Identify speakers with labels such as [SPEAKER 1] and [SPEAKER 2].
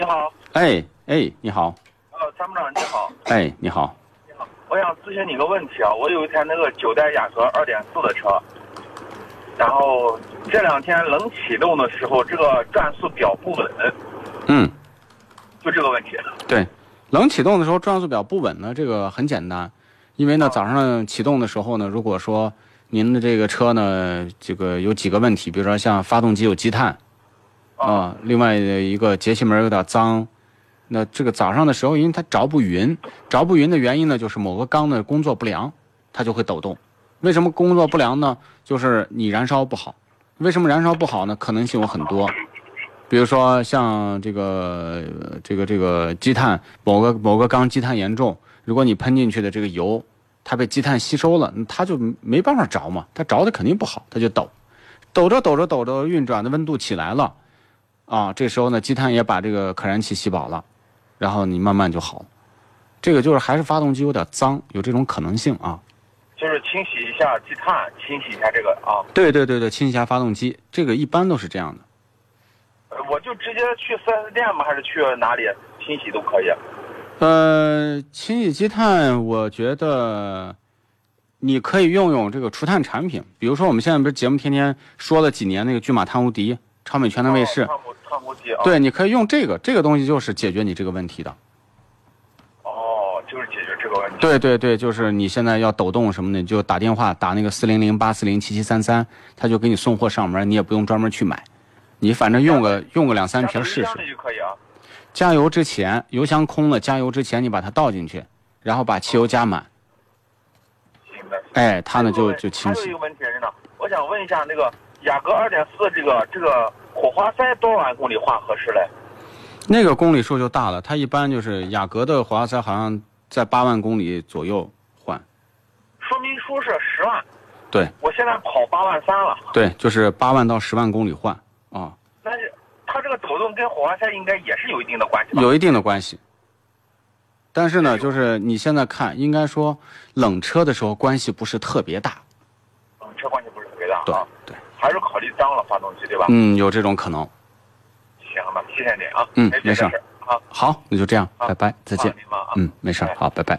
[SPEAKER 1] 你好，
[SPEAKER 2] 哎哎，你好，
[SPEAKER 1] 呃，参谋长你好，
[SPEAKER 2] 哎你好，
[SPEAKER 1] 我想咨询你个问题啊，我有一台那个九代雅阁二点四的车，然后这两天冷启动的时候，这个转速表不稳，
[SPEAKER 2] 嗯，
[SPEAKER 1] 就这个问题。
[SPEAKER 2] 对，冷启动的时候转速表不稳呢，这个很简单，因为呢早上启动的时候呢，如果说您的这个车呢，这个有几个问题，比如说像发动机有积碳，啊、另外一个节气门有点脏，那这个早上的时候，因为它着不匀，着不匀的原因呢，就是某个缸的工作不良，它就会抖动。为什么工作不良呢？就是你燃烧不好。为什么燃烧不好呢？可能性有很多，比如说像这个呃这个这个积碳，某个某个缸积碳严重，如果你喷进去的这个油，它被积碳吸收了，那它就没办法着嘛，它着的肯定不好，它就抖，抖着抖着抖着，运转的温度起来了，啊，这时候呢，积碳也把这个可燃气吸饱了，然后你慢慢就好了。这个就是还是发动机有点脏，有这种可能性啊。
[SPEAKER 1] 就是清洗一下积碳，清洗一下这个啊。
[SPEAKER 2] 对对对对，清洗一下发动机，这个一般都是这样的。
[SPEAKER 1] 呃我就直接去 4S 店吗？还是去哪里清洗都可以？啊
[SPEAKER 2] 呃，清洗积碳，我觉得你可以用用这个除碳产品，比如说我们现在不是节目天天说了几年那个巨马碳无敌、超美全能卫士，
[SPEAKER 1] 哦碳无碳无机啊。。
[SPEAKER 2] 对，你可以用这个，这个东西就是解决你这个问题的。
[SPEAKER 1] 哦，就是解决这个问题。
[SPEAKER 2] 对对对，就是你现在要抖动什么的，你就打电话打那个四零零八四零七七三三，他就给你送货上门，你也不用专门去买，你反正用个用个两三瓶试
[SPEAKER 1] 加到
[SPEAKER 2] 试
[SPEAKER 1] 冰箱。里就可以啊。
[SPEAKER 2] 加油之前，油箱空了，加油之前你把它倒进去，然后把汽油加满，
[SPEAKER 1] 行的。
[SPEAKER 2] 哎，它呢就
[SPEAKER 1] 还有
[SPEAKER 2] 就清
[SPEAKER 1] 还有一
[SPEAKER 2] 洗
[SPEAKER 1] 个。问题是呢，我想问一下那个雅阁二点四这个这个火花塞多少万公里换合适嘞？
[SPEAKER 2] 那个公里数就大了，它一般就是雅阁的火花塞好像在八万公里左右换，
[SPEAKER 1] 说明书是十万，
[SPEAKER 2] 对
[SPEAKER 1] 我现在跑八万三了，
[SPEAKER 2] 对，就是八万到十万公里换啊、
[SPEAKER 1] 但是它这个抖动跟火花塞应该也是有一定的关系吧？
[SPEAKER 2] 有一定的关系。但是呢，就是你现在看，应该说冷车的时候关系不是特别大，
[SPEAKER 1] 嗯，车关系不是特别大
[SPEAKER 2] 对
[SPEAKER 1] 啊，
[SPEAKER 2] 对，
[SPEAKER 1] 还是考虑脏了发动机对吧？
[SPEAKER 2] 嗯，有这种可能。
[SPEAKER 1] 行吧，谢谢您啊，
[SPEAKER 2] 嗯
[SPEAKER 1] 没别的
[SPEAKER 2] 没事
[SPEAKER 1] 事儿，好，
[SPEAKER 2] 好，那就这样，
[SPEAKER 1] 好
[SPEAKER 2] 拜拜，再见
[SPEAKER 1] 放。心吧啊，
[SPEAKER 2] 嗯，没事儿
[SPEAKER 1] 拜，
[SPEAKER 2] 好，拜拜。